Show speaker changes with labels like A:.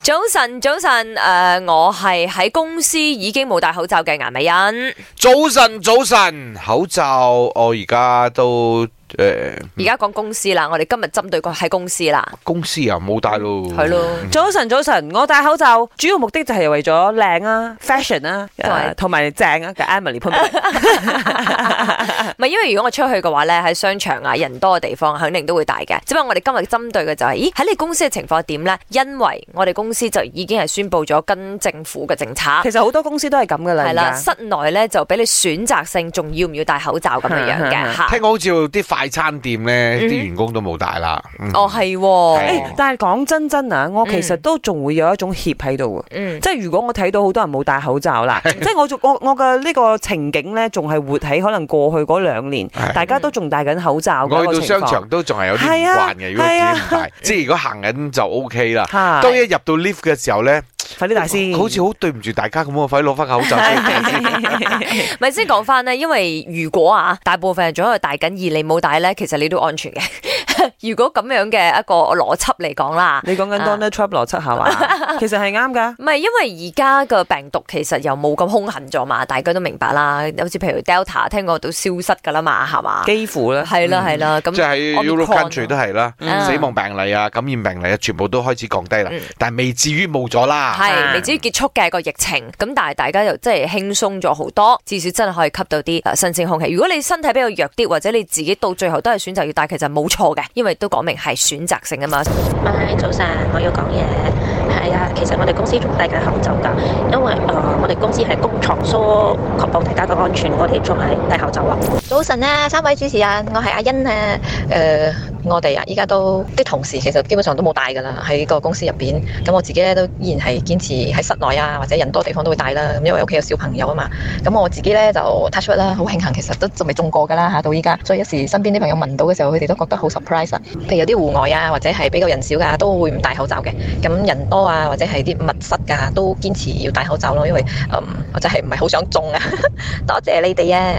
A: 早晨，早晨，诶、我係喺公司已經冇戴口罩嘅顏美欣，
B: 嗯
C: 早晨，早晨，口罩我而家都诶、
A: 而家講公司啦，我哋今日針對個喺公司啦，
C: 公司啊冇戴
B: 哦
C: 咯，
A: 係咯，
C: 嗯
B: 早晨，早晨，我戴口罩主要目的就係為咗靚啊、fashion 啊
A: 同埋，
B: 同埋正啊嘅 Emily 潘碧玲
A: 唔係因為如果我出去嘅話咧，喺商場啊人多嘅地方，肯定都會戴嘅。只不過我哋今日針對嘅就係、咦喺你公司嘅情況點咧？因為我哋公司就已經係宣布咗跟政府嘅政策。
C: 啊
B: 其實好多公司 都係咁噶啦，
A: 係啦，
B: 而家
A: 室內咧就俾你選擇性，仲要唔要戴口罩咁樣樣嘅吓。
C: 听講好似啲快餐店咧，
A: 嗯
C: 啲員工都冇戴啦。嗯
A: 哦，係
C: 係
A: 喎
B: 誒，但係講真真啊，
C: 嗯
B: 我其實都仲會有一種怯喺度嘅。
A: 嗯，
B: 即係如果我睇到好多人冇戴口罩啦，即係我仲我我嘅呢個情景咧，仲係活喺可能過去嗰兩年，
C: 係
B: 大家都仲戴緊口罩嘅
C: 我
B: 一個
C: 去到
B: 情況。
C: 商場都仲係有啲唔
B: 係
C: 慣
B: 啊
C: 嘅，如果自己
B: 係啊
C: 唔戴，即係如果行緊就 O K 啦。
B: 嚇
C: 當一入到 lift 嘅時候咧，
B: 快啲戴先。
C: 好似好對唔住大家咁，我快啲攞翻口罩 先。
A: 咪先講翻咧，因為如果啊，大部分人仲喺度戴緊，而你冇戴咧，其實你都安全嘅。 如果咁樣嘅一個邏輯嚟講啦。
B: 你講緊
A: 啊
B: Donald Trump 邏輯 係嘛？其實係啱㗎。
A: 唔係，因為而家個病毒其實又冇咁兇狠咗嘛，大家都明白啦。好似譬如 Delta，聽講都消失㗎啦嘛，係嘛？
B: 幾乎啦，
A: 係啦，係啦，咁
C: 嗯即係 Europe
A: Omicron
C: country 都係啦，
A: 嗯
C: 死亡病例啊、感染病例啊，全部都開始降低啦
A: 嗯，
C: 但係未至於冇咗啦。
A: 係未至於結束嘅個疫情，咁但係大家又真係輕鬆咗好多，至少真係可以吸到啲呃新鮮空氣。如果你身體比較弱啲，或者你自己到最後都係選擇要戴，其實冇錯嘅，因為都講明係選擇性啊嘛。
D: 咪早晨，我要講嘢。係啊，其實我哋公司仲戴緊口罩㗎，因為誒、呃我哋公司係工廠，所以確保大家嘅安全，我哋仲係戴口罩啊。
E: 早晨啊，三位主持人，我係阿欣啊。誒、我哋啊，依家都啲同事其實基本上都冇戴㗎啦，喺個公司入邊。咁我自己咧都依然係堅持喺室內啊，或者人多地方都會戴啦。咁因為屋企有小朋友啊嘛。咁我自己咧就 touch wood 啦，好慶幸其實都仲未中過㗎啦嚇，到依家。所以有時身邊啲朋友問到嘅時候，佢哋都覺得好 surprise 啊。譬如有啲戶外啊，或者係比較人少㗎，都會唔戴口罩嘅。咁人多啊，或者係啲密室㗎， 都堅持要戴口罩咯，因為嗯，我真係唔係好想中啊。多謝你哋啊！